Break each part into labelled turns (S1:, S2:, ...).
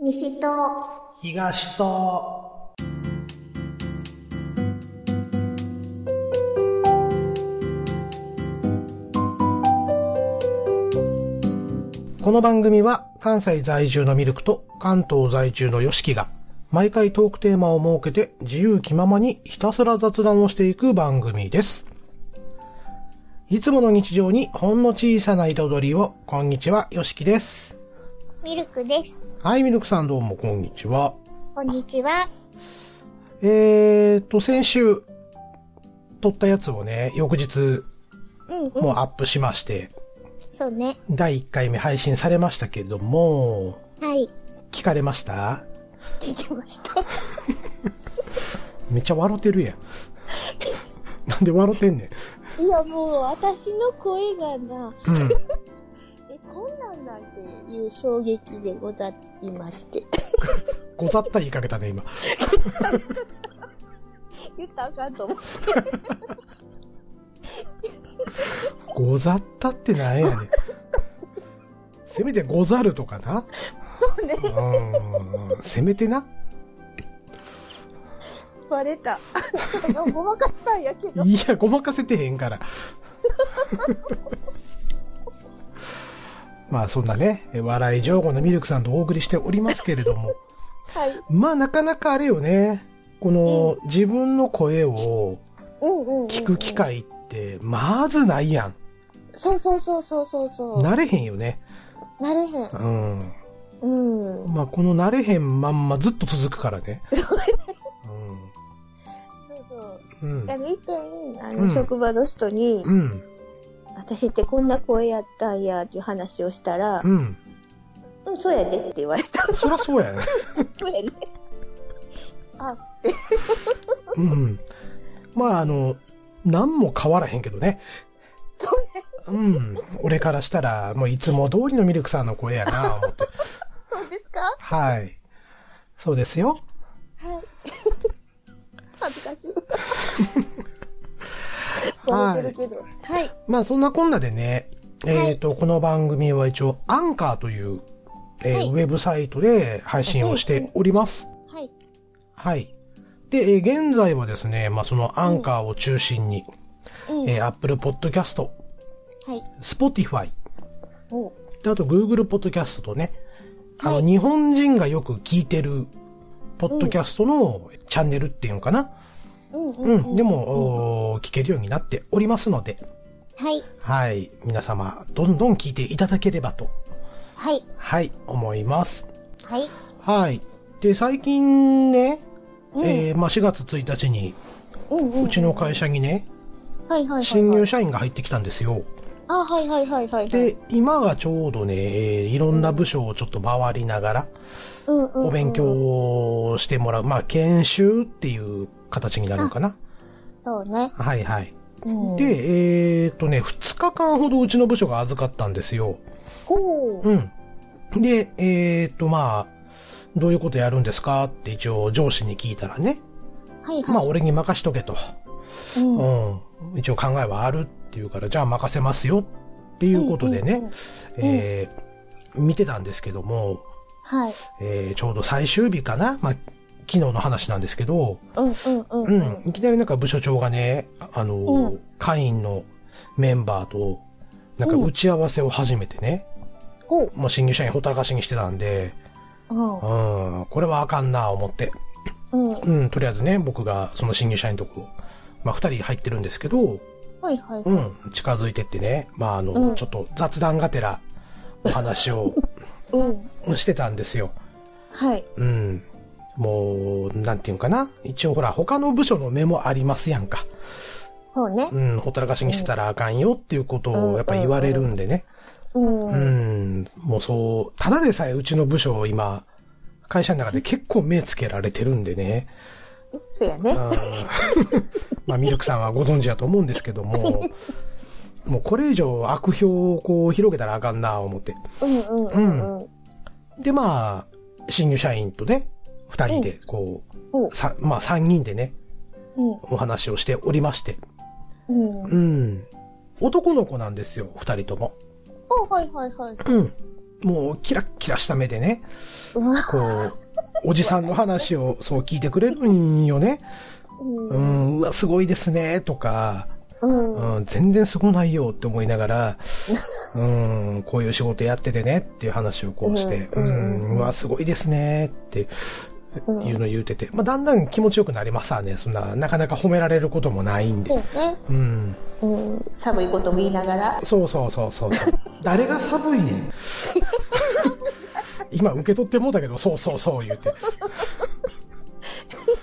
S1: 西と
S2: 東とこの番組は関西在住のミルクと関東在住のヨシキが毎回トークテーマを設けて自由気ままにひたすら雑談をしていく番組です。いつもの日常にほんの小さな彩りを、こんにちは、ヨシキです。
S1: ミルクです。
S2: はい、ミルクさんどうもこんにちは。
S1: こんにちは。
S2: えーと、先週、撮ったやつをね、翌日、
S1: うんうん。
S2: もうアップしまして、
S1: そうね。
S2: 第1回目配信されましたけども、
S1: はい。
S2: 聞かれました
S1: 聞きました。
S2: めっちゃ笑ってるやん。なんで笑ってんねん。
S1: いやもう私の声がな、
S2: うん。
S1: え、こんなんなんていう衝撃でございまして。
S2: ござった言いかけたね、今。
S1: 言ったらあかんと思う。
S2: ござったってな んやねん。せめてござるとかな。
S1: そうね。
S2: うん。せめてな。
S1: バレ た。ちょっとごまかしたんやけど。
S2: いや、ごまかせてへんから。 まあ、そんなね、え笑い上手のミルクさんとお送りしておりますけれども、
S1: はい。
S2: まあ、なかなかあれよね、この、自分の声を
S1: うんうん、うん。
S2: 聞く機。会って、まずないやん。
S1: そうそうそうそうそうそう。な
S2: 慣れへんよね。
S1: れへん。
S2: うん。
S1: うん。
S2: まあ、この慣れへんまんまずっと続くからね。う
S1: そうそう。
S2: ん。うん
S1: いや、。以前、あ
S2: う
S1: の、
S2: ん
S1: 職場の人に、
S2: うん。
S1: 私ってこんな声やったんや、っていう話をしたら、
S2: うん。
S1: うん、そうやでって言われた。
S2: そらそうやね。
S1: そうやね。あ、
S2: うん。まあ、あの、何も変わらへんけどね。
S1: そうね。
S2: うん。俺からしたら、もういつも通りのミルクさんの声や な、思って。
S1: そうですか
S2: はい。そうですよ。
S1: はい。恥ずかしい。
S2: はい
S1: 笑ってるけど。はい。
S2: まあ、そんなこんなでね、えっ、と、この番組は一応、アンカーという、えー
S1: はい
S2: ウェブサイトで配信をしております。
S1: はい。
S2: はい。で、えー現在はですね、まあ、そのアンカーを中心に、
S1: うん。
S2: えー Apple Podcast、
S1: はい。
S2: Spotify、
S1: おう
S2: であと Google ポッドキャストとね、あの、
S1: はい
S2: 日本人がよく聞いてる、ポッドキャストのチャンネルっていうのかな。
S1: うんう
S2: うんん。でも、おー聞けるようになっておりますので、
S1: はい。
S2: はい。皆様、どんどん聞いていただければと、
S1: はい。
S2: はい、思います。
S1: はい。
S2: はい。で、最近ね、
S1: うん
S2: えー、まあ、4月1日に、
S1: うんうん。
S2: うちの会社にね、
S1: はいはいはいはい。
S2: 新入社員が入ってきたんですよ。
S1: あ、はいはいはいはいはい。、
S2: で、今がちょうどね、えーいろんな部署をちょっと回りながら、
S1: うんうんうん、
S2: お勉。強をしてもらう。まあ、研修っていう形になるのかな。
S1: そうね。
S2: はいはい。
S1: うん、
S2: で、えーっとね、2日間ほどうちの部署が預かったんですよ。
S1: ほう。
S2: うん。で、えーっと、まあ、どういうことやるんですかって一応上司に聞いたらね。
S1: はいはい。
S2: まあ、俺に任しとけと。
S1: うん、
S2: うん。一応考えはあるっていうから、じゃあ任せますよっていうことで
S1: うんうんう
S2: ね
S1: ん。
S2: えー見てたんですけども、
S1: はい。
S2: えーちょうど最終日かなまあ、昨日の話なんですけど、
S1: うんうんうん。
S2: うん。いきなりなんか部署長がね、あのー、
S1: うん
S2: 会員のメンバーと、なんか
S1: うん
S2: 打ち合わせを始めてね、
S1: ほう。
S2: もう新入社員ほったらかしにしてたんで、
S1: うん
S2: うん、これはあかんな思って。
S1: うん。
S2: うん、とりあえずね、僕がその新入社員のとこ、まあ二人入ってるんですけど、
S1: はいはい。
S2: う。ん、近づいてってね、まああの、
S1: うん
S2: ちょっと雑談がてらお話を
S1: うん。
S2: してたんですよ。
S1: はい。
S2: うん。もう、なんていうんかな。一応ほら、他の部署のメモありますやんか。
S1: そうね。
S2: うん、ほったらかしにしてたらあかんよっていうことをやっぱ言われるんでね。
S1: うん。
S2: う
S1: うん。
S2: ん、もうそう、ただでさえうちの部署今、会社の中で結構目つけられてるんでね。
S1: そうや
S2: う
S1: ね
S2: ん。まあ、ミルクさんはご存知だと思うんですけども、もうこれ以上悪評をこう広げたらあかんな思って。
S1: うんうんうんうん。
S2: で、まあ、新入社員とね、二人で、こ
S1: ほ
S2: う、さまあ三人でね、
S1: う。うん。
S2: お話をしておりまして。
S1: うん。
S2: うん。男の子なんですよ、二人とも。
S1: あ、はいはいはい。
S2: うん。もうキラッキラした目でね、
S1: うわ、
S2: こう、おじさんの話をそう聞いてくれるんよね。
S1: うん
S2: う。ん、うわ、すごいですね、とか、
S1: うん。
S2: うん、全然すごないよって思いながら、うん、こういう仕事やっててねっていう話をこうして、う
S1: うんうん
S2: ん、うわ、すごいですねっていうのを言うてて、まあ、だんだん気持ちよくなりますわね。そんな、なかなか褒められることもないん
S1: そ
S2: で。
S1: うね。
S2: うん。
S1: うん。寒いことも言いながら。
S2: そうそうそうそうそう。誰が寒い ねん。今受け取ってもうたけど、そうそうそう言うて。
S1: い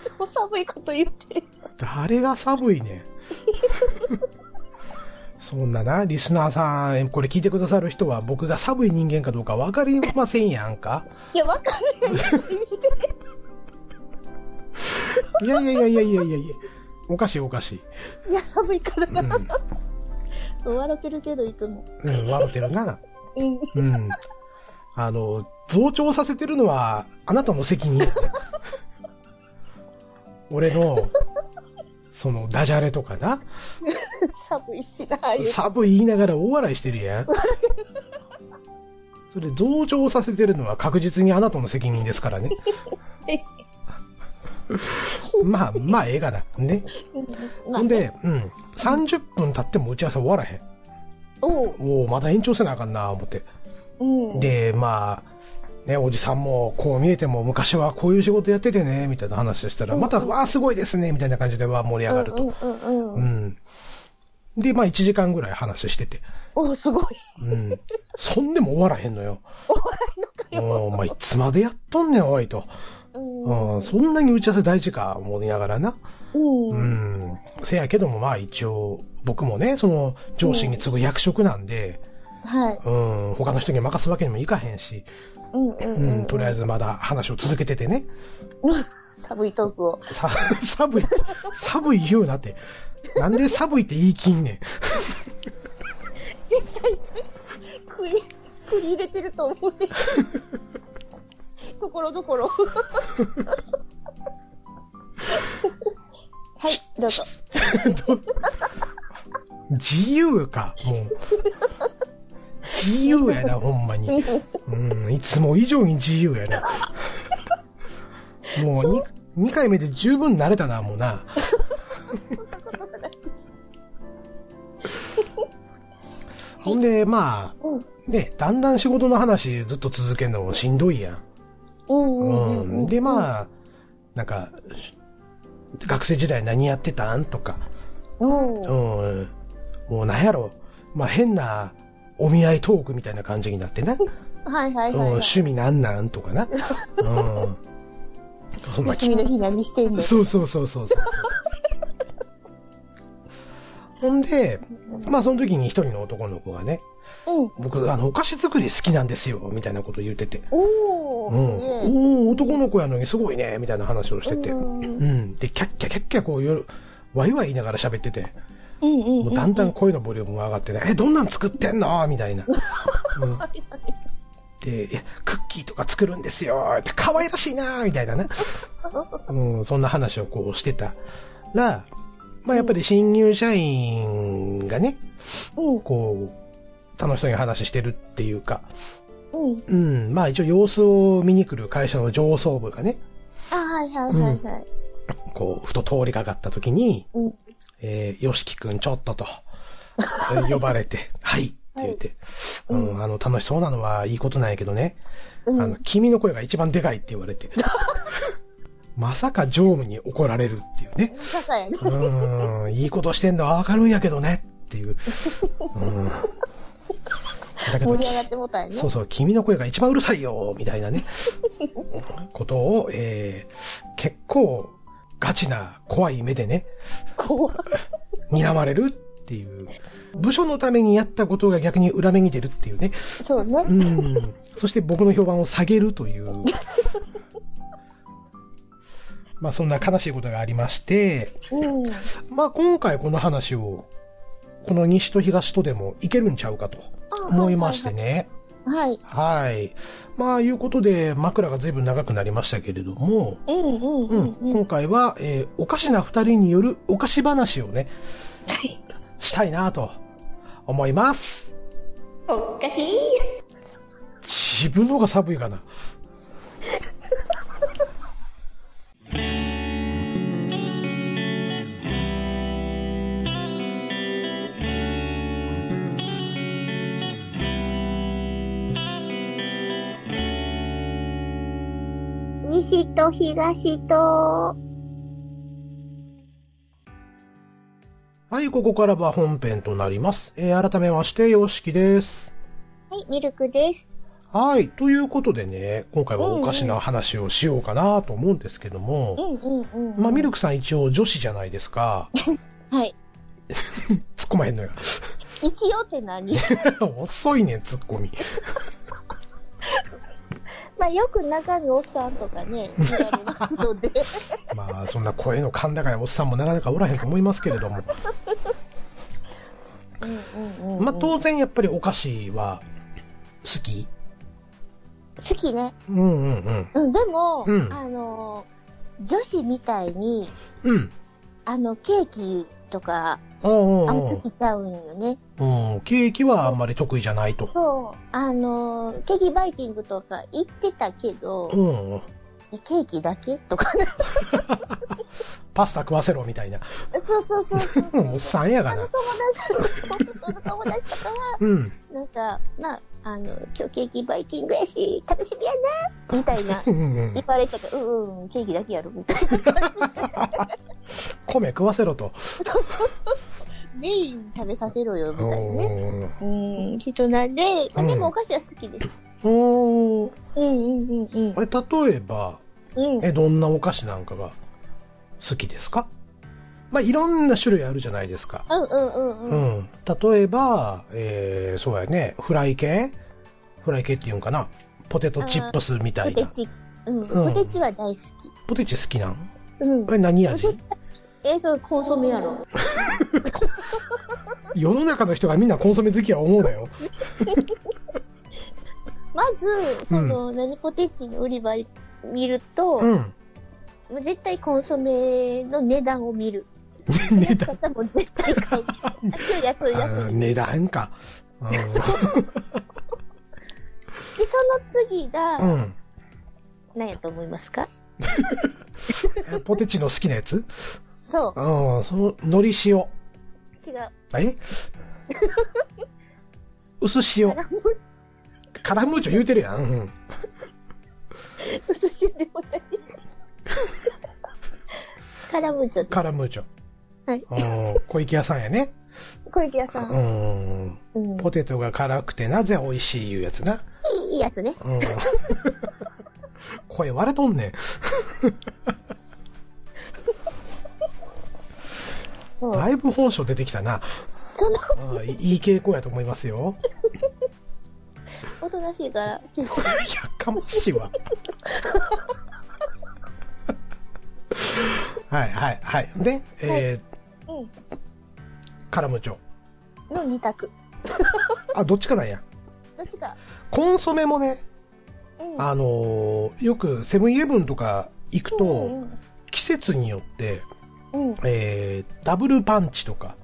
S1: つも寒いこと言ってる。
S2: 誰が寒いねん。 そんなな、リスナーさん、これ聞いてくださる人は僕が寒い人間かどうかわかりませんやんか。
S1: いや、わかるやん。
S2: いやいやいやいやいやいやいや。おかしいおかしい。
S1: いや、寒いから
S2: う
S1: な。
S2: ん。
S1: 笑ってるけど、いつも。
S2: うん、笑ってるな。
S1: うん。
S2: うん。あの、増長させてるのは、あなたの責任よね。俺の、その、ダジャレとかな。
S1: 寒いしな、言うて
S2: 寒い言いながら大笑いしてる やん。それ、増長させてるのは確実にあなたの責任で すからね。まあ、まあ、ええがな。ね。
S1: うんまあ
S2: ほんで、うん。30分経っても打ち合わせ終わらへん。
S1: おう。
S2: おおまた延長せなあかんな、思って。
S1: うん。
S2: で、まあ、ね、おじさんも、こう見えても、昔はこういう仕事やっててね、みたいな話したら、また、わあ、すごいですね、みたいな感じで、わあ、盛り上がると。
S1: うんうんうん
S2: う
S1: うん。
S2: ん。で、まあ、1時間ぐらい話してて。
S1: おう、すごい。
S2: うん。そんでも終わらへんのよ。
S1: お笑いの会話。
S2: おお前、いつまでやっとんねん、おいと。
S1: うん。
S2: うん、そんなに打ち合わせ大事か、思いながらな。
S1: う。
S2: うんん。せやけども、まあ、一応、僕もね、その、上司に次ぐ役職なんで、
S1: はい。
S2: うん、他の人に任すわけにもいかへんし、
S1: うんうん
S2: う、
S1: うんん。
S2: とりあえずまだ話を続けててね。
S1: 寒いトークを。
S2: さ、寒い、寒い言うなって。なんで寒いって言い切んねん。
S1: 栗、栗入れてると思うね。ところどころ。はい、どうぞ。
S2: 自由か、もう。自由や な、ほんまに。うん、いつも以上に自由やな。もうに二2回目で十分慣れたな、も うな。ほんで、ま
S1: う
S2: あ、ね、だんだん仕事の話ずっと続けるのもしんどいやん。
S1: んうんうんう
S2: うん
S1: ん。
S2: で、まあ、なんか、学生時代何やってたんとか、
S1: うん。
S2: うん、もうなんやろ、まあ変なお見合いトークみたいな感じになってな、
S1: はいはい
S2: う
S1: はい
S2: ん、
S1: はい。
S2: 趣味なんなんとかな、 うん、そんな
S1: 休
S2: き
S1: みの日何してんの
S2: そうそうそうそうそうそう。ほんで、まあその時に一人の男の子がね、
S1: うん。
S2: 僕、あの、お菓子作り好きなんですよ、みたいなこと言ってて。
S1: お
S2: う
S1: ー、
S2: ん
S1: すげえ。、
S2: おー男の子やのにすごいね、みたいな話をしてて。
S1: うん
S2: うん。で、キャッキャキャッキャこう夜、ワイワイ言いながら喋ってて、
S1: うんうんうん。
S2: もうだんだん声のボリュームが上がってね、え、どんなん作ってんのみたいな。うん、で、いや、クッキーとか作るんですよって、可愛らしいなみたいなね。うん、そんな話をこうしてたら、まあやっぱり新入社員がね、
S1: うん
S2: こう、楽しそうに話してるっていうか、
S1: うん。
S2: うん、まあ一応様子を見に来る会社の上層部がね、
S1: あ、はいはいはいはい。
S2: こう、ふと通りかかった時に、
S1: うん
S2: えー、よしきくんちょっと と、えー呼ばれて、はいって言って、うん、あの、楽しそうなのはいいことなんやけどね、
S1: うん
S2: あの、君の声が一番でかいって言われて、 まさか常務に怒られるっていうね、
S1: ささやね。
S2: うん、いいことしてんのはわかるんやけどねっていう、うん。だけ
S1: 盛
S2: ど、
S1: り上がってもうたんやね。
S2: そうそう、君の声が一番うるさいよみたいなね、 ことを、えー、結構、ガチな怖い目でね、
S1: 怖い。
S2: 睨まれるっていう。部署のためにやったことが逆に裏目に出るっていうね。
S1: そうね
S2: う。ん。そして僕の評判を下げるという。 まあそんな悲しいことがありまして、
S1: うん。
S2: まあ今回この話を、この西と東とでもいけるんちゃうかと思いましてね。
S1: はい。
S2: はい。まあいうことで枕が随分長くなりましたけれども、
S1: うんうんう
S2: うんん、
S1: うん。
S2: 今回は、えーおかしな二人によるおかし話をね、したいなと思います。
S1: おっかしい。
S2: チ自分の方が寒いかな。
S1: 西と東と、
S2: はい、ここからは本編となります。えー改めまして、よしきです。
S1: はい、ミルクです。
S2: はい。ということでね、今回はおかしな話をしようかなと思うんですけど
S1: う
S2: も、
S1: んうんうん。
S2: まあ、ミルクさん一応女子じゃないですか。
S1: はい。
S2: 突っ込まへんのよ。
S1: 一応って何
S2: 遅いねん、突っ込み。
S1: まあよく中身おっさんとかね、言われますので。
S2: まあ、そんな声の甲高いおっさんもなかなかおらへんと思いますけれ ども。
S1: うんうんうんうん
S2: まあ、当然やっぱりお菓子は好き。
S1: 好きね。
S2: うんうんうん。
S1: うん、でも、
S2: うん
S1: あの、女子みたいに、
S2: うん。
S1: あの、ケーキとか、
S2: おう
S1: あ
S2: お
S1: んつきちゃうんよね。
S2: うおううん。ケーキはあんまり得意じゃないと。
S1: そう。あの、ケーキバイキングとか行ってたけど、
S2: うん。
S1: えケーキだけとか ね。
S2: パスタ食わせろみたいな。
S1: そうそうそうそう。
S2: うんおっさんやが
S1: あの
S2: な。
S1: 友達、その友達とかは、
S2: うん。
S1: なんか、まあ、あの、今日ケーキバイキングやし、楽しみやな、みたい な
S2: う。んうん
S1: 言。われてたから、うんうん、ケーキだけやろ、みたいな感じで。
S2: 米食わせろと。
S1: メイン食べさせろよ、み
S2: お
S1: たいなね。
S2: う
S1: うん、人なんで、まあ、で
S2: う
S1: も
S2: ん
S1: お菓子は好きです。
S2: おう
S1: うんうんうんうん。
S2: え、例えば、
S1: うん。
S2: え、どんなお菓子なんかが好きですかまあ、いろんな種類あるじゃないですか。
S1: うんうんうん
S2: う
S1: うん。
S2: ん。例えば、えー、そうやね、フライ系フライ系っていうんかなポテトチップスみた
S1: ポ
S2: い
S1: テ
S2: な。
S1: チ。うん。
S2: うん
S1: ポテチは大好き。
S2: ポテチ好きなん
S1: うん
S2: こ。れ何
S1: ポテ
S2: 味
S1: チえ、それコンソメやろ。
S2: 世の中の人がみんなコンソメ好きは思うなよ。
S1: まず、その、何、ポテチの売り場見ると、
S2: う
S1: も
S2: ん。
S1: う絶対コンソメの値段を見る。
S2: 値段。
S1: 方も絶対買う。安い安い
S2: あ
S1: 安
S2: ー
S1: い。
S2: 値段か。う
S1: で、その次
S2: ん。
S1: が、
S2: うん
S1: 何やと思いますか
S2: えポテチの好きなやつ
S1: そう
S2: う、ん。その、海苔
S1: 違
S2: 塩。
S1: う。
S2: え薄塩。カラムーチョ言うてるやん。うん
S1: お寿司でもない。 カラムーチョです
S2: カラムーチョ。
S1: はい。
S2: うん小池屋さんやね。
S1: 小池屋さん。
S2: うん。
S1: うん。
S2: ポテトが辛くてなぜ美味しいいうやつな。
S1: いいやつね。
S2: うん。声割れとんねん。
S1: うん
S2: だいぶ本性出てきたな。
S1: そんなこ
S2: うんいいい傾向やと思いま すよ。
S1: とおとなしいから、基本
S2: やかましいわ。はいはいはい。で、え
S1: うん
S2: ー、カラムーチョ。
S1: の二択。
S2: あ、どっちかなんや。
S1: どっちか。
S2: コンソメもね、
S1: うん。
S2: あのーよくセブンイレブンとか行く
S1: う
S2: と、
S1: ん
S2: 季節によって、
S1: うん。
S2: えーダブルパンチとか、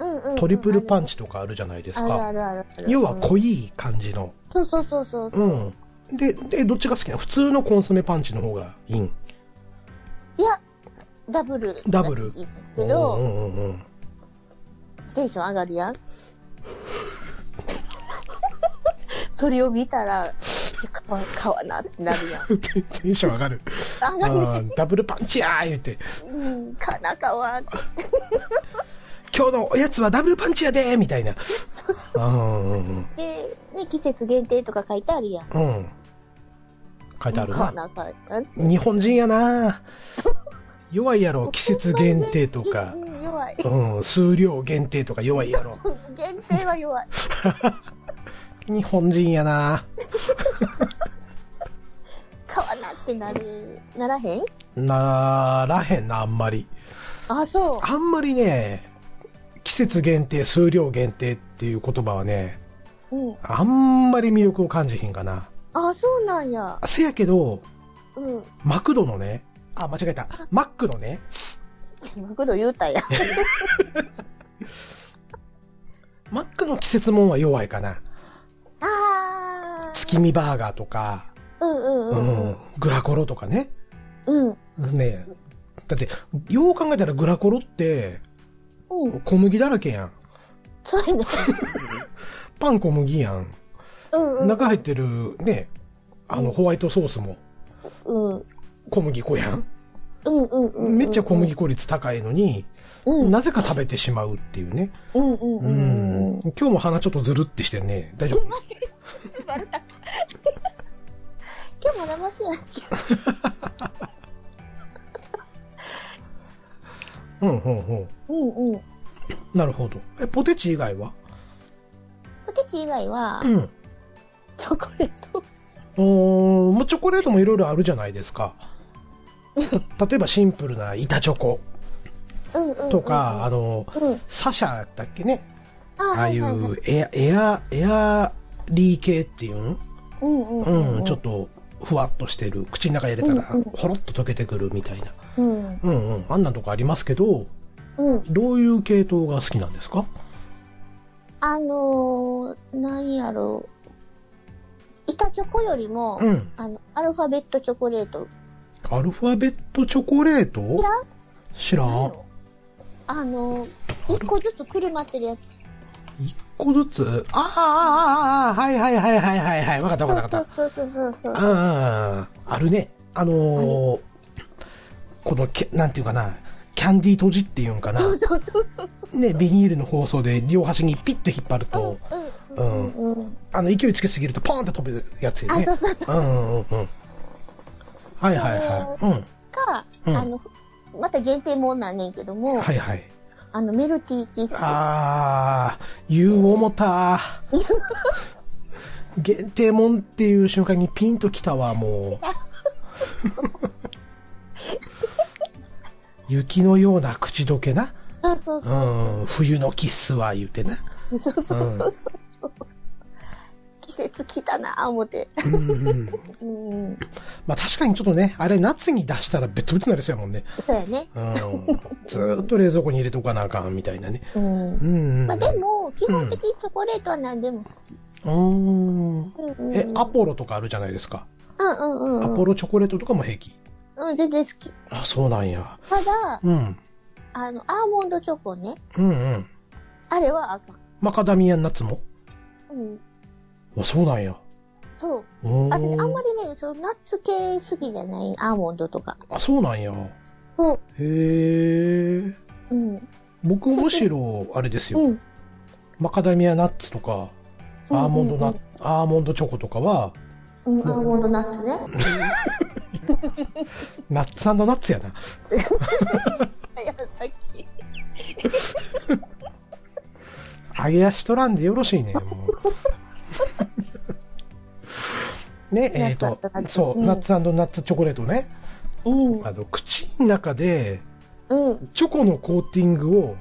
S1: うんうんうん。
S2: トリプルパンチとかあるじゃないです
S1: あるね。
S2: か。
S1: あるあるある。
S2: 要は濃い感じの。
S1: そうそうそうそう。
S2: うん。で、で、どっちが好きなの普通のコンソメパンチの方がいいん。
S1: いや、ダブル。
S2: ダブル。
S1: け
S2: う
S1: ど、
S2: んうんうんうん。
S1: テンション上がるやん。それを見たら、買わ買わなってなるやん。
S2: テン テンション上がる。
S1: 上
S2: あ
S1: がるね。
S2: ーダブルパンチやー言って、
S1: うん、かなかわん。
S2: 今日のおやつはダブルパンチやでーみたいな。うんうんうん
S1: で、ね、季節限定とか書いてあるやん。
S2: うん。うん。書いてある
S1: か
S2: な。
S1: なかわん。
S2: 日本人やな弱いやろ、季節限定とか
S1: う、ん、弱い。
S2: うん、数量限定とか弱いやろ。
S1: 限定は弱い。
S2: 日本人やな
S1: 買わなってなる、ならへん
S2: ならへんな、あんまり。
S1: あ、そう。
S2: あんまりね、季節限定、数量限定っていう言葉はね、
S1: うん。
S2: あんまり魅力を感じひんかな。
S1: あ、そうなんや。
S2: せやけど、
S1: うん。
S2: マクドのね、あ、間違えた。マックのね、
S1: マクド言うたやん。
S2: マックの季節もんは弱いかな。
S1: あー。
S2: 月月見バーガーとか、
S1: うんうん
S2: う
S1: うん
S2: ん、グラコロとかね。
S1: うん。うん。
S2: ねだって、よう考えたらグラコロって、
S1: うん。
S2: 小麦だらけやん。
S1: そうやね。
S2: パン小麦やん。
S1: うんうん。
S2: 中入ってるね、あの、ホワイトソースも
S1: うん。
S2: 小麦粉やん。
S1: うんうんうん。
S2: めっちゃ小麦粉率高いのに、
S1: うん。
S2: なぜか食べてしまうっていうね。
S1: うんうんう
S2: うんん。
S1: うん。
S2: 今日も鼻ちょっとずるってしてんね。大丈夫
S1: バレた。今日も生しやんけど。
S2: うん、うん、うん。
S1: うんうん。
S2: なるほど。え、ポテチ以外は
S1: ポテチ以外は、
S2: うん。
S1: チョコレート。
S2: おーまあチョコレートもいろいろあるじゃないで すか。た例えばシンプルな板チョコ
S1: うんうんうん。
S2: とか、あの、
S1: うん。
S2: サシャだっけね。
S1: あ
S2: ああい
S1: ははは
S2: うエア、エア、エアリー系っていうん
S1: うんうんうん。
S2: うん、ちょっとふわっとしてる。口の中入れたら
S1: うんうん
S2: ほろっと溶けてくるみたいな。
S1: うん。
S2: うんうん。あんなとこありますけど、
S1: うん。
S2: どういう系統が好きなんですか
S1: あのー、なんやろう。板チョコよりも、
S2: うん。
S1: あの、アルファベットチョコレート。
S2: アルファベットチョコレート
S1: 知らん
S2: 知らん。
S1: あのー、一個ずつくるまってるやつ。
S2: 一個ずつ。ああ、ああ、ああ、はいはいはいはいはいはい。わかったわかったわかっ
S1: そうそうそうそう
S2: た。
S1: そう。
S2: ああ、あるね。あのー、このけ、なんていうかな、キャンディーとじっていうんかな。
S1: そうそうそうそうそう。
S2: ね、ビニールの包装で両端にピッと引っ張ると、
S1: うんうんうん。
S2: あの、勢いつけすぎるとポーンって飛ぶやつよ
S1: あ、
S2: ね
S1: そ。うそうそう。
S2: うんうんうんうん。はいはいはい。うん。
S1: か、
S2: うん
S1: あの、また限定もんなんねんけども、
S2: はいはい。
S1: あの、メルティーキッス。
S2: あー、言う思た。 限定もんっていう瞬間にピンときたわ、もう。雪のような口どけな。
S1: あそう
S2: う
S1: そ
S2: ん、冬のキッスは言うてな。
S1: う。そうそうそうそう。季節来たなぁ、思って。
S2: うんうん、
S1: うん。
S2: まあ確かにちょっとね、あれ夏に出したらベトベトになりそうやもんね。
S1: そうやね。
S2: うん、ずーっと冷蔵庫に入れとかなあかんみたいなね。
S1: うん
S2: う。ん、うん。
S1: まあでも、基本的にチョコレートは何でも好き。
S2: うん
S1: うんうんうん、
S2: え、アポロとかあるじゃないですか。
S1: うんうんうん。
S2: アポロチョコレートとかも平気。
S1: うん、全然好き。
S2: あ、そうなんや。
S1: ただ、
S2: うん。
S1: あの、アーモンドチョコね。
S2: うんうん。
S1: あれはあかん。
S2: マカダミアナッツも。
S1: うん。
S2: あ、そうなんや。
S1: そう。
S2: おー
S1: 私、あんまりね、そのナッツ系好きじゃない、アーモンドとか。
S2: あ、そうなんや。
S1: そう。
S2: へえ。
S1: うん。
S2: 僕むしろ、あれですよ、
S1: うん。
S2: マカダミアナッツとか、
S1: うん
S2: アーモンドナ、
S1: うん
S2: アーモンドチョコとかは、
S1: うん、アーモンドナッツね。
S2: ナッツナッツやな。
S1: いや、さっき。
S2: 揚げ足取らんでよろしいね。も うね、えっ、と
S1: ナッツナッ、ツ
S2: そう、
S1: うん
S2: ナッツナッツチョコレートね。
S1: うん。うん
S2: あの、口の中で、。
S1: うん。
S2: チョコのコーティングを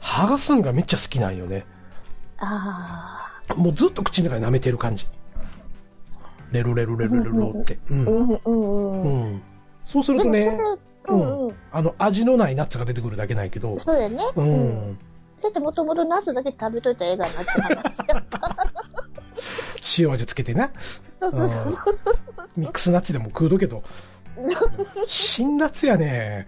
S2: 剥がすんがめっちゃ好きなんよね。
S1: あ
S2: もうずっと口の中で舐めてる感じ。レロレロレロレロって。
S1: あ。う
S2: う。
S1: んんうん
S2: う
S1: うん。
S2: ん。そうする
S1: で
S2: と
S1: もそれ
S2: ね、、
S1: う
S2: うん
S1: んうん。
S2: あの、味のないナッツが出てくるだけないけど、
S1: そうやね。
S2: う
S1: うん
S2: ん。
S1: だってもともとナスだけ食べといたらええがなって話やった。
S2: 塩味つけてな。
S1: そうそうそうそうそう。
S2: ミックスナッツでも食うとけど。辛辣やね。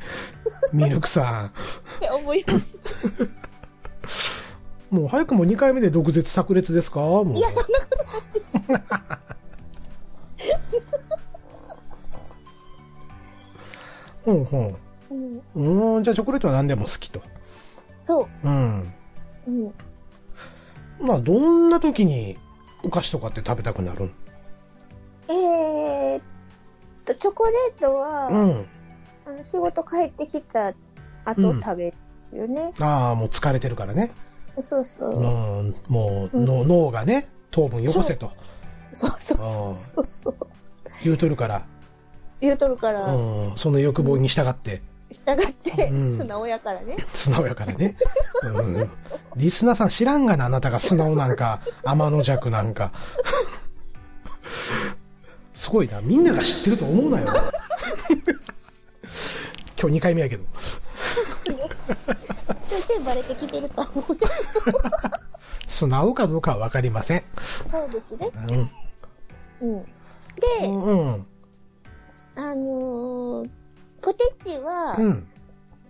S2: ミルクさ
S1: って思います。
S2: ん。もう早くも2回目で毒舌炸裂ですかもう。
S1: いや、そんなこと
S2: うんうん。
S1: うん。
S2: うーん、じゃあチョコレートは何でも好きと。
S1: そ
S2: うん。
S1: う。うん。
S2: まあ、どんな時にお菓子とかって食べたくなるん
S1: えーっと、チョコレートは、
S2: うん。
S1: あの仕事帰ってきた後食べるよね。
S2: ああ、もう疲れてるからね。
S1: そうそうう。
S2: ん、もう、
S1: うん
S2: の脳がね、糖分よこせと
S1: そうそうそうそうそう。
S2: 言うとるから、
S1: 言うとるから、
S2: うん、その欲望に従って、
S1: 従って、
S2: うん
S1: 素直やからね。
S2: 素直やからね。うん。リスナーさん知らんがな、あなたが素直なんか、天の弱なんか。すごいな、みんなが知ってると思うなよ。今日2回目やけど。
S1: ちょいちょいバレてきてると思うけど。
S2: 素直かどうかはわかりません。
S1: そうですね。
S2: うん。
S1: うん。で、
S2: うん。
S1: あのー、ポテチは、
S2: うん。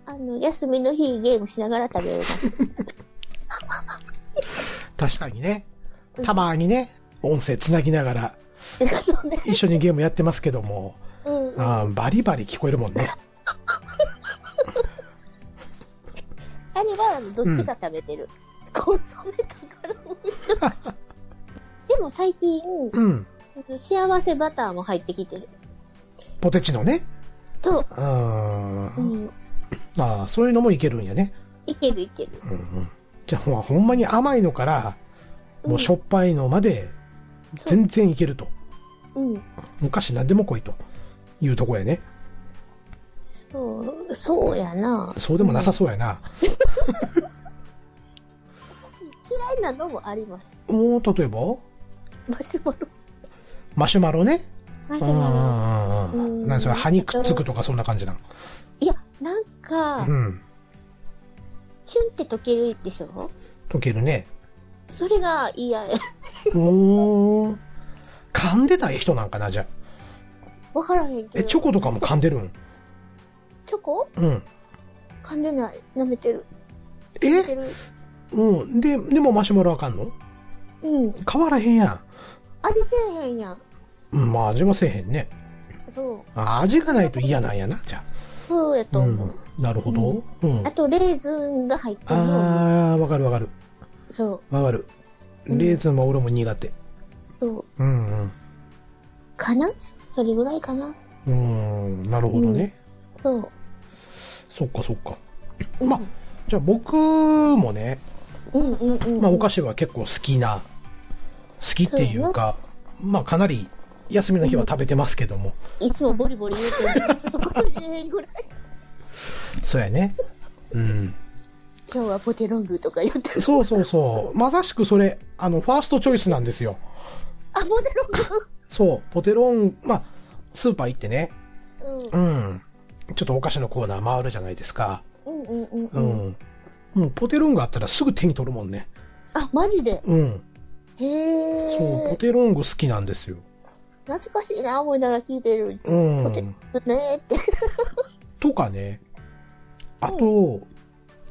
S1: あの、休みの日ゲームしながら食べます。
S2: 確かにね。たまにね、音声つなぎながら
S1: てか、そう ね。
S2: 一緒にゲームやってますけども、
S1: うん。あ
S2: あーバリバリ聞こえるもんね。
S1: れは、どっちが食べてる。コンソメかからもめちゃ くちゃでも最近、
S2: うん。
S1: 幸せバターも入ってきてる。
S2: ポテチのね。
S1: と、
S2: うー。
S1: うんん。
S2: まあ、そういうのもいけるんやね。
S1: いけるいける。
S2: うんうん。じゃあ、まあほんまに甘いのから、もうしょっぱいのまで、全然いけると。
S1: うん。
S2: 昔何でも来いというとこやね。
S1: そう、そうやな。
S2: そうでもなさそうやな。
S1: 嫌いなのもあります。
S2: もう、例えば、
S1: マシュマロ。
S2: マシュマロね。
S1: マシ
S2: う
S1: ュ
S2: ん
S1: マ
S2: うんうんう。
S1: うんん
S2: なんそれ、歯にくっつくとかそんな感じなの。
S1: ロ。いや、なんか
S2: う、ん。
S1: チュンって溶けるでしょ
S2: 溶けるね。
S1: それが嫌や。
S2: おー。噛んでたい人なんかな、じゃあ。
S1: わからへんけ
S2: え、
S1: ど。
S2: チョコとかも噛んでるん
S1: チョコ
S2: うん。
S1: 噛んでない。舐めてる。舐め
S2: え
S1: てる。
S2: うん。で、でもマシュマロあかんの
S1: うん。
S2: 変わらへんや
S1: 味せえへんやん。
S2: ん。うん、まあ味はせえへんね。
S1: そう。
S2: あ味がないと嫌なんやな、じゃ
S1: そうや
S2: あ。
S1: と
S2: う
S1: 思う。
S2: ん。なるほど。うん。
S1: あ
S2: あ
S1: と、レーズンが入ってるの。
S2: ー、わかるわかる。
S1: そう。
S2: わかる。
S1: うん
S2: レーズンは俺も苦手。
S1: そう。
S2: うん
S1: かなそれぐらいかな
S2: うん。うん、なるほどね。
S1: そう。
S2: そっかそっか。まあ、じゃあ僕もね、
S1: うんうんうん。
S2: まあお菓子は結構好きな、好きっていうか、まあかなり休みの日は食べてますけども、
S1: いつもボリボリ言うてる。ボリぐらい。
S2: そうやね。うん。
S1: 今日はポテロングとか言ってる。
S2: そうそうそう。まさしくそれ、あの、ファーストチョイスなんですよ。
S1: あ、ポテロング
S2: そう、ポテロン、まあ、スーパー行ってね、
S1: うん
S2: うん。ちょっとお菓子のコーナー回るじゃないですか。
S1: うんうんうん
S2: う
S1: うん。
S2: ん。もうポテロングあったらすぐ手に取るもんね。
S1: あ、マジで
S2: うん。
S1: へ
S2: そう、ポ
S1: え。
S2: テロング好きなんですよ。
S1: 懐かしいな、思いながら聞いてる。
S2: う
S1: ポテ
S2: ん。
S1: ねーって。
S2: とかね。あと、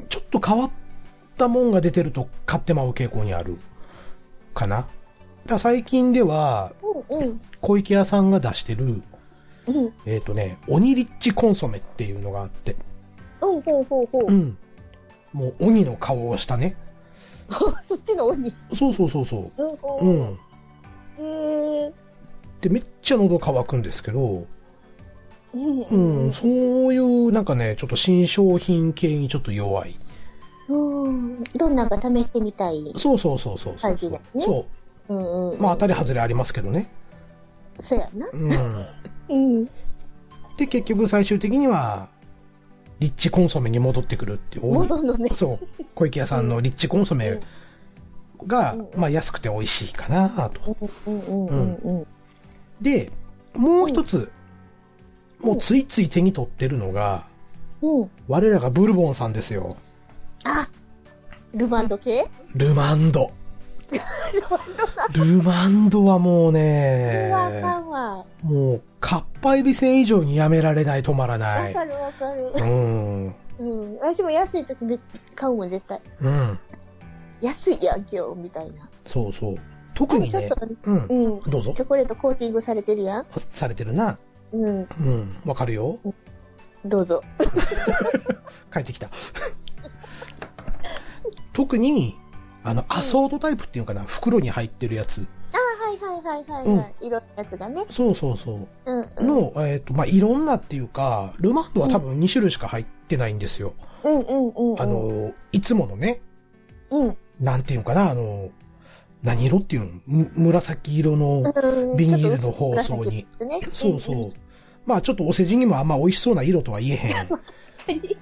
S2: ちょっと変わったもんが出てると買ってまう傾向にある。かな。だから最近では、
S1: うんうん。
S2: 小池屋さんが出してる、
S1: うん。
S2: えっ、とね、鬼リッチコンソメっていうのがあって、
S1: うん、ほうほうほう
S2: う。ん。もう鬼の顔をしたね。
S1: そっちの鬼。
S2: そうそうそうそ
S1: うんほ
S2: う。う
S1: う。
S2: ん。
S1: へえ。
S2: で、めっちゃ喉乾くんですけど、
S1: うん
S2: う
S1: うん
S2: ん、そういう、なんかね、ちょっと新商品系にちょっと弱い。
S1: うん。どんなんか試してみたい。
S2: そうそうそうそうそう
S1: 感じだよね
S2: そ
S1: うんう
S2: う。
S1: ん。
S2: まあ当たり外れありますけどね。
S1: そうやな。
S2: うん。
S1: うん。
S2: で、結局最終的には、リッチコンソメに戻ってくるっていう。
S1: 戻るのね。
S2: そう。小池屋さんのリッチコンソメが、
S1: うん
S2: まあ安くて美味しいかなと。
S1: うんうんうんうん。
S2: で、もう一つ、もうついつい手に取ってるのが、
S1: うん。
S2: 我らがブルボンさんですよ。
S1: あルマンド系
S2: ルマ ンド。ルマンドはもうね
S1: う、わあかんわ。
S2: もう、かっぱえびせん以上にやめられない、止まらな
S1: わ
S2: い。
S1: かるわかる
S2: う。ん。うん。
S1: うん。私も安い時め買うもん絶対。安いやんけよ、みたいな。
S2: そうそう。特に
S1: ちょ
S2: ね
S1: っ、と、
S2: うん。
S1: うん。
S2: どうぞ
S1: チ。ョコレートコーティングされてるやん。
S2: されてるな。
S1: うん。
S2: うん。わかるよ。
S1: どうぞ。
S2: 帰ってきた。 特に、あの、アソートタイプっていうのかな、袋に入ってるやつ。
S1: はいはいはいはいはい。いろんなやつがね。
S2: そうそうそう。
S1: うんうん。
S2: の、えっ、と、まあ、いろんなっていうか、ルマンドは多分2種類しか入ってないんですよ。
S1: うんうんうんうん。
S2: あ、の、いつものね、
S1: うん。
S2: なんていうのかな、あの、何色っていうのむ紫色
S1: うん
S2: の、ビニールの包装に。
S1: ちょっと薄紫ですね
S2: そうそう。まあちょっとお世辞にもあんま美味しそうな色とは言え へん。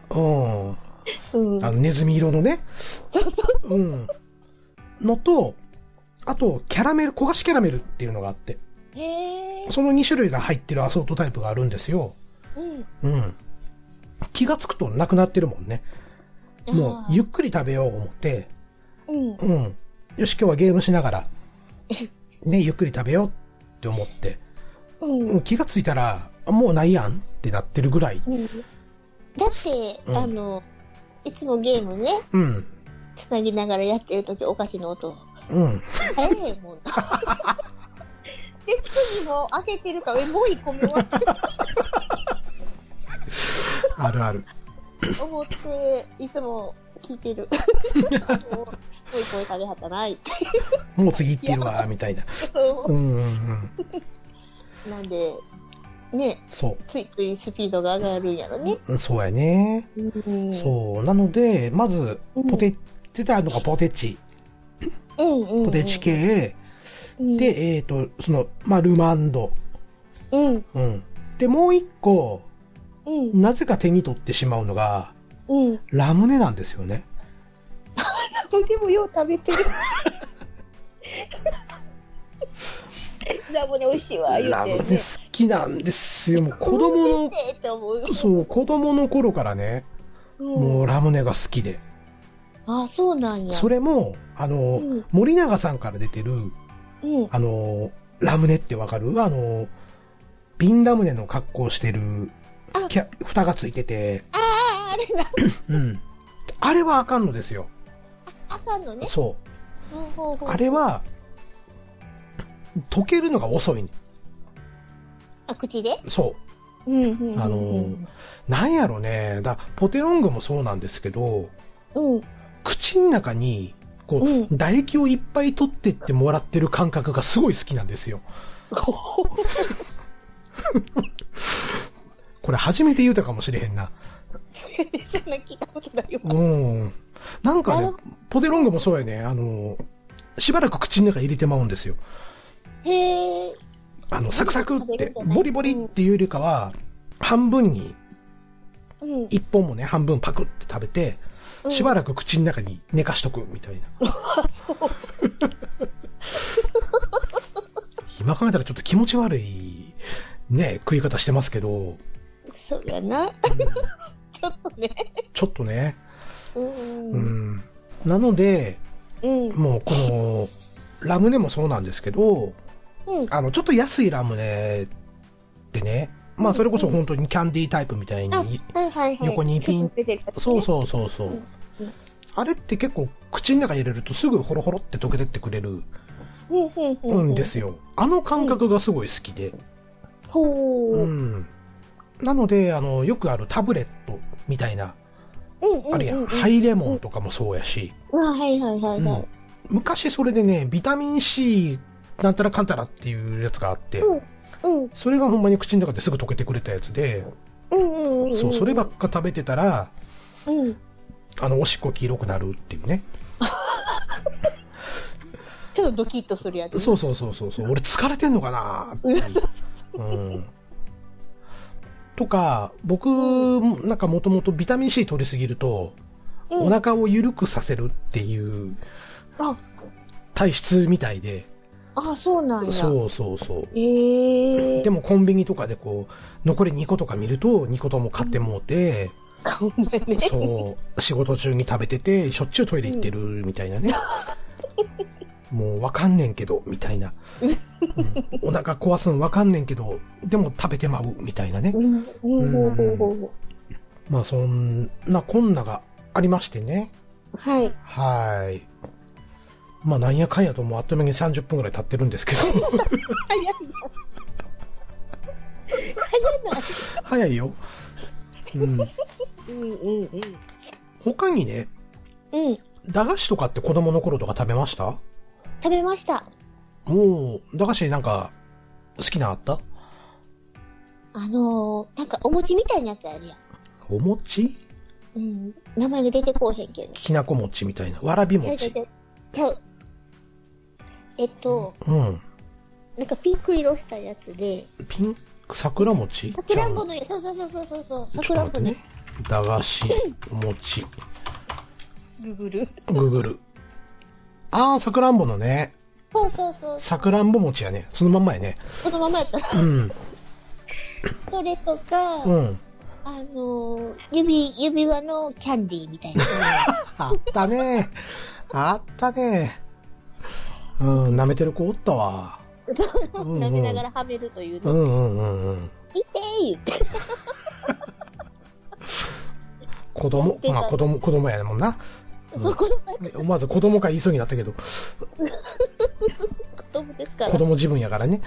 S2: うん。
S1: うん。うん
S2: あの、ネズミ色のね。
S1: ちょっと
S2: うん。のと、あと、キャラメル、焦がしキャラメルっていうのがあって、
S1: へえ。
S2: その2種類が入ってるアソートタイプがあるんですよ。
S1: うん。
S2: うん。気がつくとなくなってるもんね。もう、ゆっくり食べよう思って、
S1: うん。
S2: うん。よし、今日はゲームしながら、ね、ゆっくり食べようっって思って、
S1: うん。
S2: 気がついたら、あもうないやんってなってるぐらい。
S1: うんだって、
S2: うん
S1: あの、いつもゲームね、
S2: うん。
S1: つなぎながらやってるときお菓子の音、
S2: うん。
S1: 早い もんな。で、次も開けてるから、え、もう一個目終わって
S2: あるある。
S1: 思って、いつも聞いて る。もう、もう一個目食べはったない って。
S2: もう次行ってるわ、みたいな。うんうんうん。
S1: なんで、ね、
S2: そ
S1: ついついスピードが上がるんやろね。
S2: う。そうやね。
S1: うん
S2: そう。なので、まず
S1: うん、
S2: ポテ、出てあるのがポテチ。
S1: うんうんうん。
S2: ポテチ系。で、えっ、と、その、まあ、ルマンド。
S1: うん、
S2: うん。で、もう一個、
S1: うん、
S2: なぜか手に取ってしまうのが、
S1: うん。
S2: ラムネなんですよね。
S1: とてもよう食べてる。 ラムネ美味しいわ、言
S2: ラ
S1: う
S2: ム
S1: て、
S2: ネ
S1: ね
S2: 好。きなんですよ。もう子
S1: 食
S2: 供
S1: べてって思う
S2: の、そう、子供の頃からね、も
S1: う
S2: うんラムネが好きで。
S1: あ、そうなんや。
S2: それも、あの、
S1: うん
S2: 森永さんから出てる、
S1: うん。
S2: あの、ラムネってわかるあの、瓶ラムネの格好してる
S1: あ、
S2: キャ蓋がついてて、
S1: ああ、あれな。
S2: うん。あれはあかんのですよ。
S1: あかんのね。
S2: そ
S1: ほうほう
S2: う。
S1: ほう
S2: あれ。は、溶けるのが遅い、ね、
S1: あ、口で
S2: そう。
S1: うんうんうんうん。
S2: あのーなんやろね、だポテロングもそうなんですけど、
S1: うん。
S2: 口の中に、こう、
S1: うん
S2: 唾液をいっぱい取ってってもらってる感覚がすごい好きなんですよ。これ初めて言うたかもしれへんな。
S1: そんな聞いたことないわ。
S2: うん。なんか
S1: な
S2: ね
S1: るほ、
S2: ポテロングもそうやね、あのーしばらく口の中入れてまうんですよ。
S1: へえ。
S2: あの、サクサクっ
S1: 食べる
S2: て
S1: んじゃ、ない
S2: ボリボリっていうよりかは、半分に、
S1: うん。
S2: 一本もね、半分パクって食べて、しば
S1: ら
S2: らく口の中に寝かしとくみたいな。 今考えたらちょっと気持ち悪い、ね、食い方してますけど、うん
S1: く。そうやな。ちょっとね。
S2: ちょっとね、
S1: うん
S2: う
S1: うん。
S2: ん。なので、
S1: うん。
S2: もうこの、ラムネもそうなんですけど、
S1: うん。
S2: あの、ちょっと安いラムネってね、まあそれこそ本当にキャンディータイプみたい
S1: あ、
S2: に、
S1: はいはいはい。
S2: 横にピン
S1: 出てるやつね
S2: そうそうそうそううん
S1: うん。
S2: あれって結構口の中入れるとすぐホロホロって溶けてってくれる
S1: うんうんうん
S2: んですよ。あの感覚がすごい好きで。
S1: ほう。
S2: う
S1: うん
S2: ん。なので、あの、よくあるタブレットみたいな、
S1: うんうん。
S2: あるやん、ハイレモンとかもそうやし、
S1: あはいはいはいうはい
S2: ん。昔それでね、ビタミン C なんたらかんたらっていうやつがあって、
S1: うん
S2: それがほんまに口の中ですぐ溶けてくれたやつで、
S1: うんうんうん。
S2: そう、そればっか食べてたら、
S1: うん。
S2: あの、おしっこ黄色くなるっていうね。
S1: ちょっとドキッとするやつ。
S2: そうそうそうそうそう、俺疲れてんのかなっていう。うん。とか、僕、なんかもともとビタミン C 取りすぎると、
S1: うん
S2: お腹を緩くさせるっていう
S1: あ、
S2: 体質みたいで、
S1: あ、そうなんや。
S2: そうそうそう。
S1: ええ。
S2: でもコンビニとかでこう、残り2個とか見ると、2個とも買ってもうて、
S1: か、お前ね。
S2: そう、仕事中に食べてて、しょっちゅうトイレ行ってるみたいなね。もうわかんねんけど、みたいな。うん、お腹壊すのわかんねんけど、でも食べてま う、みたいなね。
S1: うん。うん。ほうほうほうほ
S2: まあそんなこんながありましてね。
S1: う。はい。
S2: はい。まあなんやかんやともうあっという間に30分ぐらい経ってるんですけど。
S1: 早いな。早ない。
S2: 早いよ。うん。
S1: うんうん
S2: 他にね、
S1: うん。うん。
S2: 駄菓子とかって子供の頃とか食べました
S1: 食べました。
S2: もう、駄菓子なんか、好きなのあった
S1: あのー、なんかお餅みたいなやつあるやん。
S2: お餅
S1: うん。名前が出てこうへんけど。
S2: きなこ餅みたいな。わらび
S1: ちゃうちゃう
S2: 餅
S1: ち。ゃう。ちゃう。えっと、
S2: うん。
S1: なんかピンク色したやつで、
S2: ピンク、桜餅
S1: さくらんぼ
S2: ち
S1: のやつ、そうそうそうそうそうそう、
S2: ゃ
S1: さ
S2: うち
S1: く
S2: ょっと
S1: ら
S2: 待
S1: ん
S2: って
S1: ぼの
S2: ね。駄菓子、餅、
S1: ググル。
S2: グーグル。あー、さくらんぼのね。
S1: そうそうそう、
S2: さくらんぼ餅やね。そのまんまやね。
S1: このままやった。
S2: うん。
S1: それとか、
S2: うん。
S1: あのー、指、指輪のキャンディーみたいな。
S2: あったねあったねうん、舐めてる子おったわ。うんうん
S1: 舐めながらはめるという
S2: う
S1: の。
S2: んうんうんうん。
S1: 見てー言って。
S2: 子供、まあ子供、子供やもんな。うん
S1: そこの前
S2: 思わず子供から言いそうになったけど、
S1: 子供ですから。
S2: 子供自分やからね。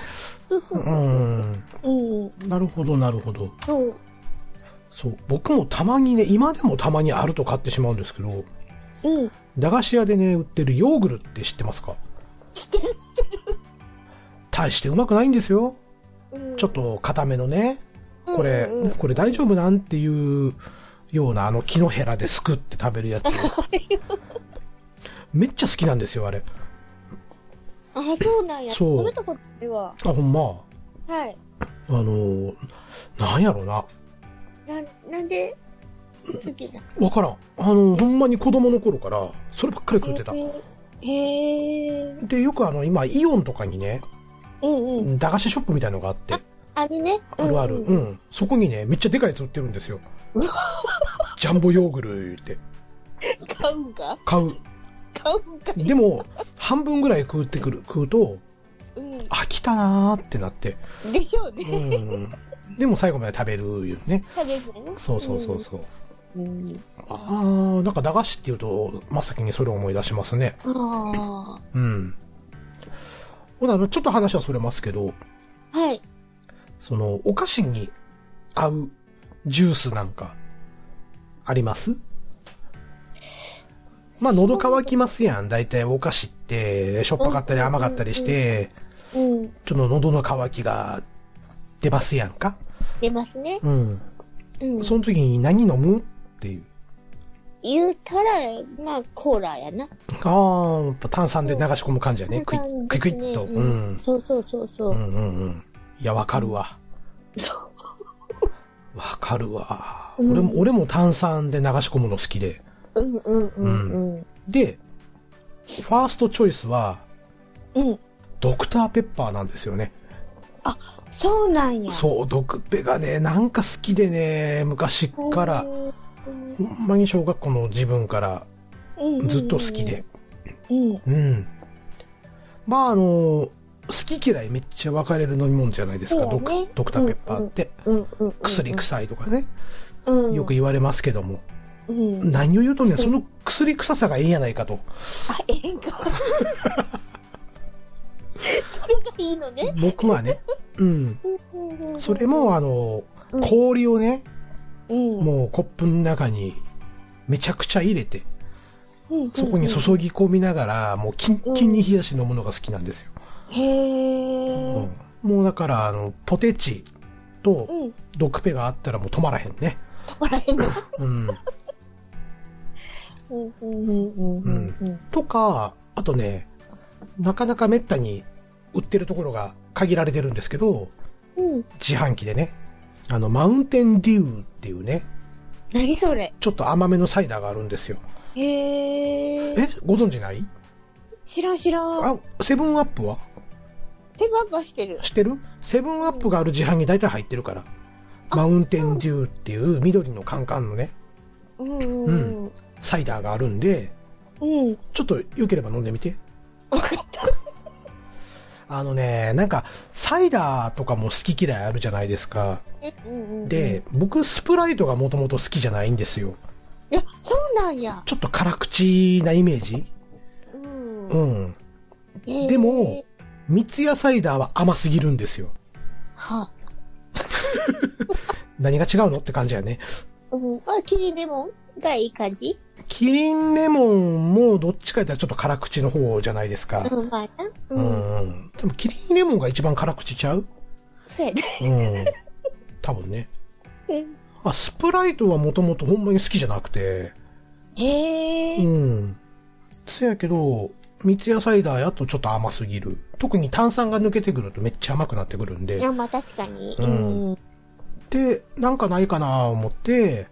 S1: そうそう
S2: う
S1: そう。
S2: ん。
S1: うん。
S2: なるほど、なるほど。
S1: そう。
S2: そう。僕もたまにね、今でもたまにあると買ってしまうんですけど、
S1: うん。
S2: 駄菓子屋でね、売ってるヨーグルって知ってますか
S1: 知ってる。
S2: 大してうまくないんですよ。
S1: うん
S2: ちょっと固めのね、これ
S1: うんうん、
S2: これ大丈夫なんっていうような、あの木のヘラですくって食べ るやつ。めっちゃ好きなんですよ、あれ。
S1: あ、そうなんや。
S2: そう
S1: 食べたことないわ。
S2: あ、ほんま。
S1: はい。
S2: あのーなんやろな。
S1: な、なんで、好きな
S2: わからん。あのーほんまに子供の頃から、そればっかり食ってた。
S1: のへえ。
S2: で、よくあの、今、イオンとかにね、
S1: うんうん。
S2: 駄菓子ショップみたいのがあって、
S1: あるね。
S2: あるある。
S1: うん。
S2: うん。そこにね、めっちゃでかいやつ売ってるんですよ。ジャンボヨーグルって
S1: 買うんか
S2: 買う。
S1: 買うんか
S2: でも、半分ぐらい食ってくる、食うと、
S1: うん。
S2: 飽きたなーってなって。
S1: でしょう
S2: う
S1: ね。
S2: ん。でも最後まで食べるいうね。
S1: 食べずにね。
S2: そうそうそうそう。
S1: うん。
S2: あー、なんか駄菓子っていうと、真っ先にそれを思い出しますね。
S1: あ
S2: うん。ほな、あのちょっと話はそれますけど、
S1: あ。はい。
S2: その、お菓子に合うジュースなんか、ありますまあ、喉乾きますやん。だいたいお菓子って、しょっぱかったり甘かったりして、
S1: うん。
S2: ちょっと喉の乾きが出ますやんか。
S1: 出ますね。
S2: うん。
S1: うん。
S2: その時に何飲むっていう。
S1: 言うたら、まあ、コーラやな。
S2: ああ、やっぱ炭酸で流し込む感じやね。クイ
S1: そん
S2: ッ、
S1: な
S2: ク
S1: 感
S2: イックイ
S1: じですね
S2: ッと。う
S1: うんん。。そうそうそうそうう。
S2: んうんうん。いや、わかるわ。
S1: そう
S2: わかるわ。
S1: うん
S2: 俺も、俺も炭酸で流し込むの好きで。
S1: うんうんうんうん。
S2: で、ファーストチョイスは、
S1: うん。
S2: ドクターペッパーなんですよね。
S1: そうなんや。
S2: そう、ドクペがね、なんか好きでね、昔っから、
S1: うん
S2: ほんまに小学校の自分からずっと好きで。。
S1: うん。
S2: うん。まあ、あの、好き嫌いめっちゃ分かれる飲み物じゃないですか、
S1: そう
S2: ド
S1: ね
S2: クドクターペッパーって。
S1: うんうん。
S2: 薬臭いとかね、
S1: うん。
S2: よく言われますけども。
S1: うん。
S2: 何を言うとね、その薬臭さがええんやないかと。
S1: あ、ええんか。 それがいいのね。
S2: 僕は ね、うん。それも、あの、
S1: うん
S2: 氷をね、
S1: うん、うん、
S2: もうコップの中にめちゃくちゃ入れて、
S1: うん
S2: そこに
S1: うん
S2: 注ぎ込みながら、もうキンキンに冷やし飲むのが好きなんですよ。
S1: へえ。
S2: うんもうだから、あの、ポテチと
S1: うん。
S2: ドクペがあったらもう止まらへんね。
S1: 止まらへんな。
S2: うん。
S1: うんうんうんうんうん。
S2: とか、あとね、なかなかめったに売ってるところが限られてるんですけど、
S1: うん。
S2: 自販機でね、あの、マウンテンデューっていうね、
S1: 何それ。
S2: ちょっと甘めのサイダーがあるんですよ。
S1: へえ。
S2: えご存知ない
S1: 知らん知らん。
S2: あ、セブンアップは
S1: 手バッバしてる。
S2: 知ってるセブンアップがある自販に大体入ってるから。マウンテンデューっていう緑のカンカンのね、
S1: うんうん
S2: サイダーがあるんで、
S1: うん。うん。
S2: ちょっと良ければ飲んでみて。
S1: わかった。
S2: あのね、なんか、サイダーとかも好き嫌いあるじゃないですか。
S1: うんうんうん、
S2: で、僕、スプライトがもともと好きじゃないんですよ。
S1: いや、そうなんや。
S2: ちょっと辛口なイメージ
S1: うん。
S2: うん。
S1: へー
S2: でも、三ツ矢サイダーは甘すぎるんですよ。
S1: は
S2: 何が違うのって感じやね。
S1: うん。あ、キリンレモンがいい感じ
S2: キリンレモンもどっちか言ったらちょっと辛口の方じゃないですか。
S1: うん、まあな。
S2: う
S1: うん。
S2: ん。うん、多分キリンレモンが一番辛口ちゃう
S1: そうやね。
S2: うん。多分ね。
S1: うん
S2: あ、スプライトはもともとほんまに好きじゃなくて。
S1: へえ。
S2: うん。そやけど、三ツ矢サイダーやとちょっと甘すぎる。特に炭酸が抜けてくるとめっちゃ甘くなってくるん
S1: い
S2: で。
S1: や、まあ確かに。
S2: うん
S1: うん。
S2: で、なんかないかな思って、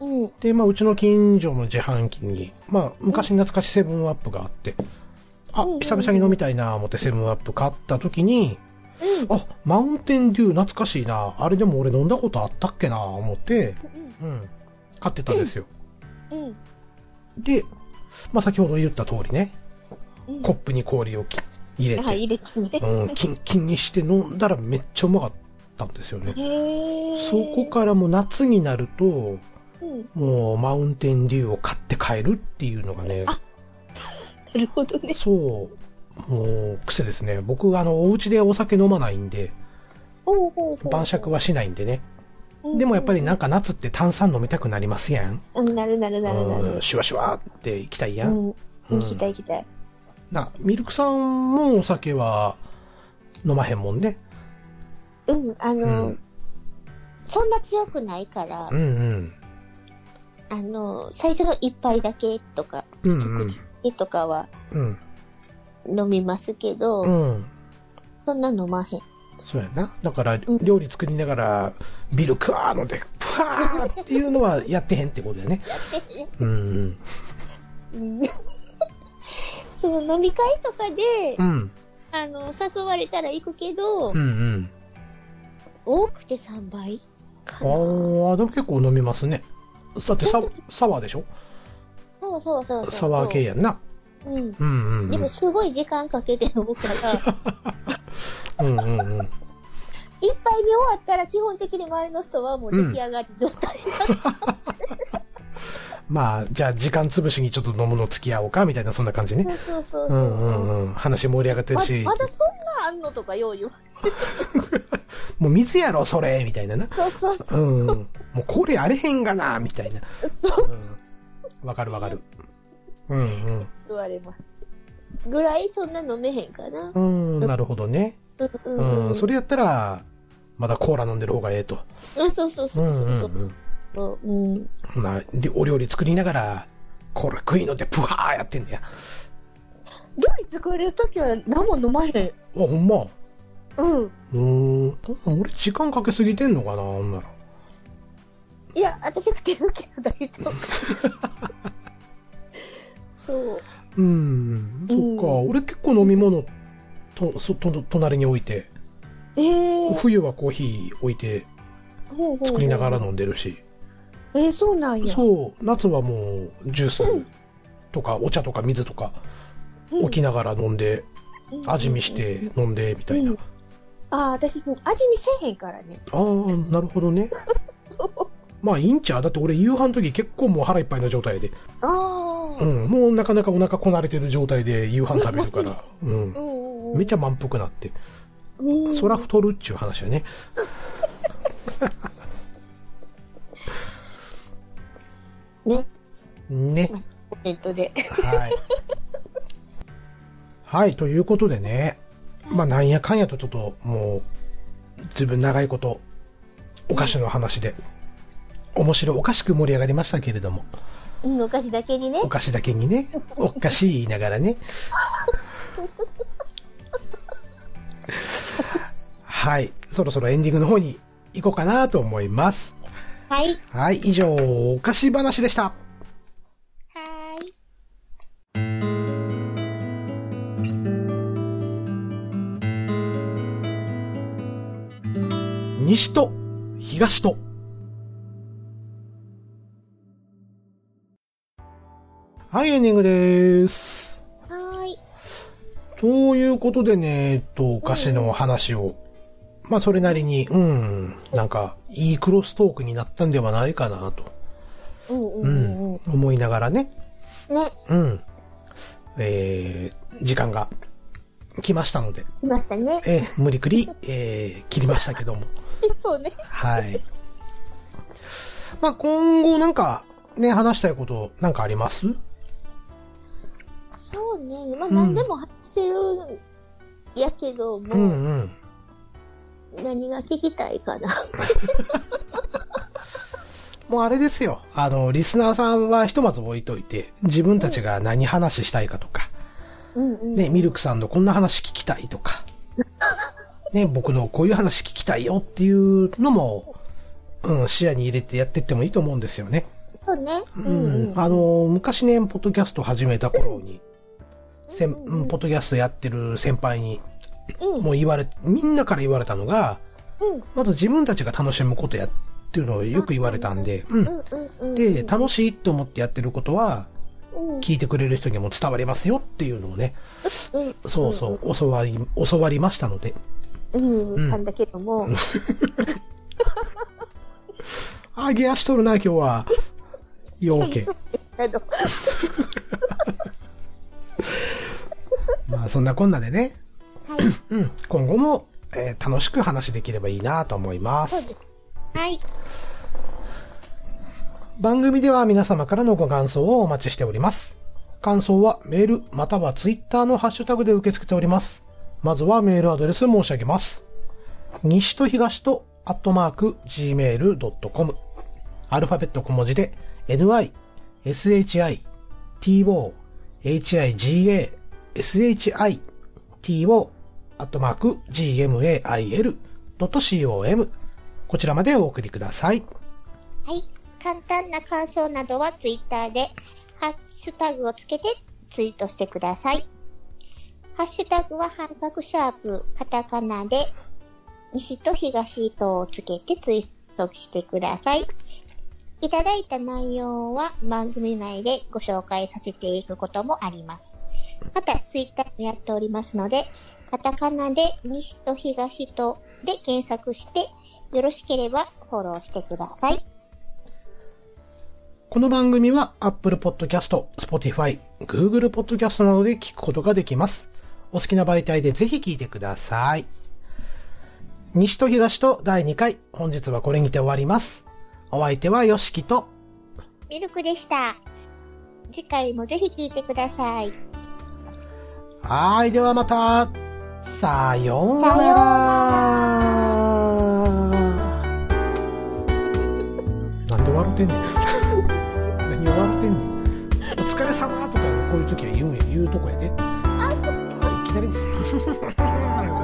S1: うん。
S2: で、まあ、うちの近所の自販機に、まあ、昔懐かしいセブンアップがあって、あ
S1: うんうんう、ん
S2: 久々に飲みたいな思ってセブンアップ買った時に、
S1: うん
S2: あ、マウンテンデュー懐かしいな、あれでも俺飲んだことあったっけな思って、うん、買ってたんですよ。
S1: うん。うん。
S2: で、まあ、先ほど言った通りね、
S1: うん
S2: コップに氷をき入れて、
S1: あ、入れてね。
S2: うん、キンキンにして飲んだらめっちゃうまかったんですよね。
S1: へえ。
S2: そこからもう夏になると、
S1: うん。
S2: もうマウンテンデューを買って帰るっていうのがね、
S1: あなるほどね。
S2: そう、もう癖ですね。僕、あの、お家でお酒飲まないんで、
S1: おうおうおう
S2: 晩酌はしないんでね。
S1: うん
S2: でもやっぱりなんか夏って炭酸飲みたくなりますやん。
S1: うん、なるなるなるな
S2: う
S1: る
S2: ん、。シュワシュワって行きたいや。
S1: うんん。行きたい行きたい。
S2: な、ミルクさんもお酒は飲まへんもんね。
S1: うん、あの、
S2: うん
S1: そんな強くないから
S2: う、んうん。
S1: あの、最初の一杯だけとか、
S2: う
S1: 一
S2: んうん
S1: 口だけとかは
S2: うん。
S1: 飲みますけど、
S2: うん。
S1: そんな飲まへん。
S2: そうやな。だから
S1: うん、
S2: 料理作りながら、ビールクワー飲んで、プワーっていうのはやってへんってことだよね。うんうん。
S1: うん その飲み会とかで、
S2: うん。
S1: あの、誘われたら行くけど、
S2: うんうん。
S1: 多くて3倍か
S2: あ
S1: な。
S2: ー、でも結構飲みますね。だってササワーでしょ
S1: さわさわさわ
S2: サワー系やんな。
S1: うん。
S2: うんうんうん。
S1: でもすごい時間かけて飲む から、
S2: うんうんうん。
S1: 一杯に終わったら基本的に周りの人はもう出来上がり状態。
S2: まあ、じゃあ時間潰しにちょっと飲むの付き合おうか、みたいな、そんな感じね。
S1: そうそうそう
S2: う
S1: そう。
S2: んうんうん。話盛り上がってる
S1: ま
S2: し、
S1: まだそんなあんのとかよう言わ
S2: もう水やろ、それみたいなな。
S1: そうそうそうう。
S2: ん。もうこれあれへんがな、みたいな。うんわかるわかる。うん
S1: 言われます。ぐらいそんな飲めへんかな。
S2: うん。うん、なるほどね。
S1: うんうん
S2: う、
S1: うんん。
S2: それやったら、まだコーラ飲んでる方がええと。
S1: うんそうそう
S2: う
S1: そ
S2: んうんう。
S1: うんそう。うん。
S2: まあ、りお料理作りながら、コーラ食いのでプワーやってんねや。あ、
S1: 料理作れるときは何も飲まへん。
S2: ほんま。
S1: うん。
S2: うーん。俺時間かけすぎてんのかな、ほんなら。
S1: いや、私が手抜きなだけちゃうか。 そう。
S2: うん、そっか、俺結構飲み物とそと隣に置いて、
S1: ええー。
S2: 冬はコーヒー置いて
S1: ほうほうほう
S2: 作りながら。飲んでるし、
S1: えー、そうなんや。
S2: そう、夏はもうジュースとかお茶とか水とか
S1: うん
S2: 置きながら飲んで、
S1: うん
S2: 味見し。て飲んでみたいな。
S1: うんああ、私、味見せえへんからね。
S2: ああ、なるほどね。まあいいんちゃうだって俺夕飯の時結構もう腹いっぱいの状態で、
S1: ああ
S2: う。ん、もうなかなかお腹こなれてる状態で夕飯食べるから、うん
S1: う、んうんうん。
S2: めっちゃ満腹なって、
S1: うん
S2: そら太るっちゅう話やね。
S1: ね、
S2: ね。
S1: コメントで。
S2: はい。 はい、ということでね、まあなんやかんやとちょっともう、ずいぶん長いこと、お菓子の話で、面白いおかしく盛り上がりましたけれども、
S1: うん、お菓子だけにね
S2: お。菓子だけにね、おかしい言いながらね。はい、そろそろエンディングの方に行こうかなと思います。
S1: はい。
S2: はい、以上、お菓子話でした。
S1: はーい。
S2: 西と東と。はい、エンディングです。
S1: はーい。
S2: ということでね、えっと、お菓子の話を、まあ、それなりに、うん、なんか、いいクロストークになったんではないかなと、
S1: うんう
S2: うんん
S1: うん、
S2: 思いながらね、
S1: うん。ね、
S2: うん、えー、時間が来ましたので、
S1: いましたね。
S2: えー無理くり、えー、切りましたけども。
S1: そうね。
S2: はい。まあ、今後なんか、ね、話したいこと、なんかあります
S1: そうね。まあ、
S2: うん
S1: 何でも話せるんやけど
S2: う
S1: も、
S2: んうん。
S1: 何が聞きたいかな。
S2: もうあれですよ。あの、リスナーさんはひとまず置いといて、自分たちが何話したいかとか、
S1: うんうん。
S2: ね、ミルクさんのこんな話聞きたいと か、ね、僕のこういう話聞きたいよっていうのも、うん、視野に入れてやってってもいいと思うんですよね。
S1: そうね。う
S2: うん
S1: ん。
S2: あの、昔ね、ポッドキャスト始めた頃に、せん、
S1: うん
S2: うんポッドキャストやってる先輩に、
S1: うん。
S2: もう言われ、みんなから言われたのが、
S1: うん。
S2: まず自分たちが楽しむことやっていうのをよく言われたんで、う。
S1: うんんうんうん。
S2: で、楽しいと思ってやってることは、
S1: うん
S2: 聞いてくれる人にも伝わりますよっていうのをね、
S1: うん
S2: そうそう、教わり、教わりましたので。
S1: うん、
S2: うん
S1: なんだけども、
S2: あげ足取るな、今日は。要 件。
S1: あの、
S2: まあ、そんなこんなでね、
S1: はい、
S2: うん、今後も、えー楽しく話できればいいなと思いま
S1: そう
S2: す。
S1: です。はい、
S2: 番組では皆様からのご感想をお待ちしております。感想はメールまたはツイッターのハッシュタグで受け付けております。まずはメールアドレス申し上げます。西と東とアットマーク gmail.com アルファベット小文字で ni, shi, to, higa, shi, to, アットマーク gmail.com こちらまでお送りください。
S1: はい。簡単な感想などはツイッターで、ハッシュタグをつけてツイートしてください。ハッシュタグは半角シャープ、カタカナで、西と東とをつけてツイートしてください。いただいた内容は番組内でご紹介させていくこともあります。また、ツイッターもやっておりますので、カタカナで西と東とで検索して、よろしければフォローしてください。
S2: この番組は Apple Podcast、Spotify、Google Podcast などで聞くことができます。お好きな媒体でぜひ聞いてください。西と東と第2回、本日はこれにて終わります。お相手はよしきと、
S1: ミルクでした。次回もぜひ聞いてください。
S2: はーい、ではまた、さような
S1: さよう
S2: ら。なんで笑ってんねん。 何笑ってんねん。お疲れ様とか、こういう時は言うんや、言うとこやで。
S1: あ、
S2: いきなり。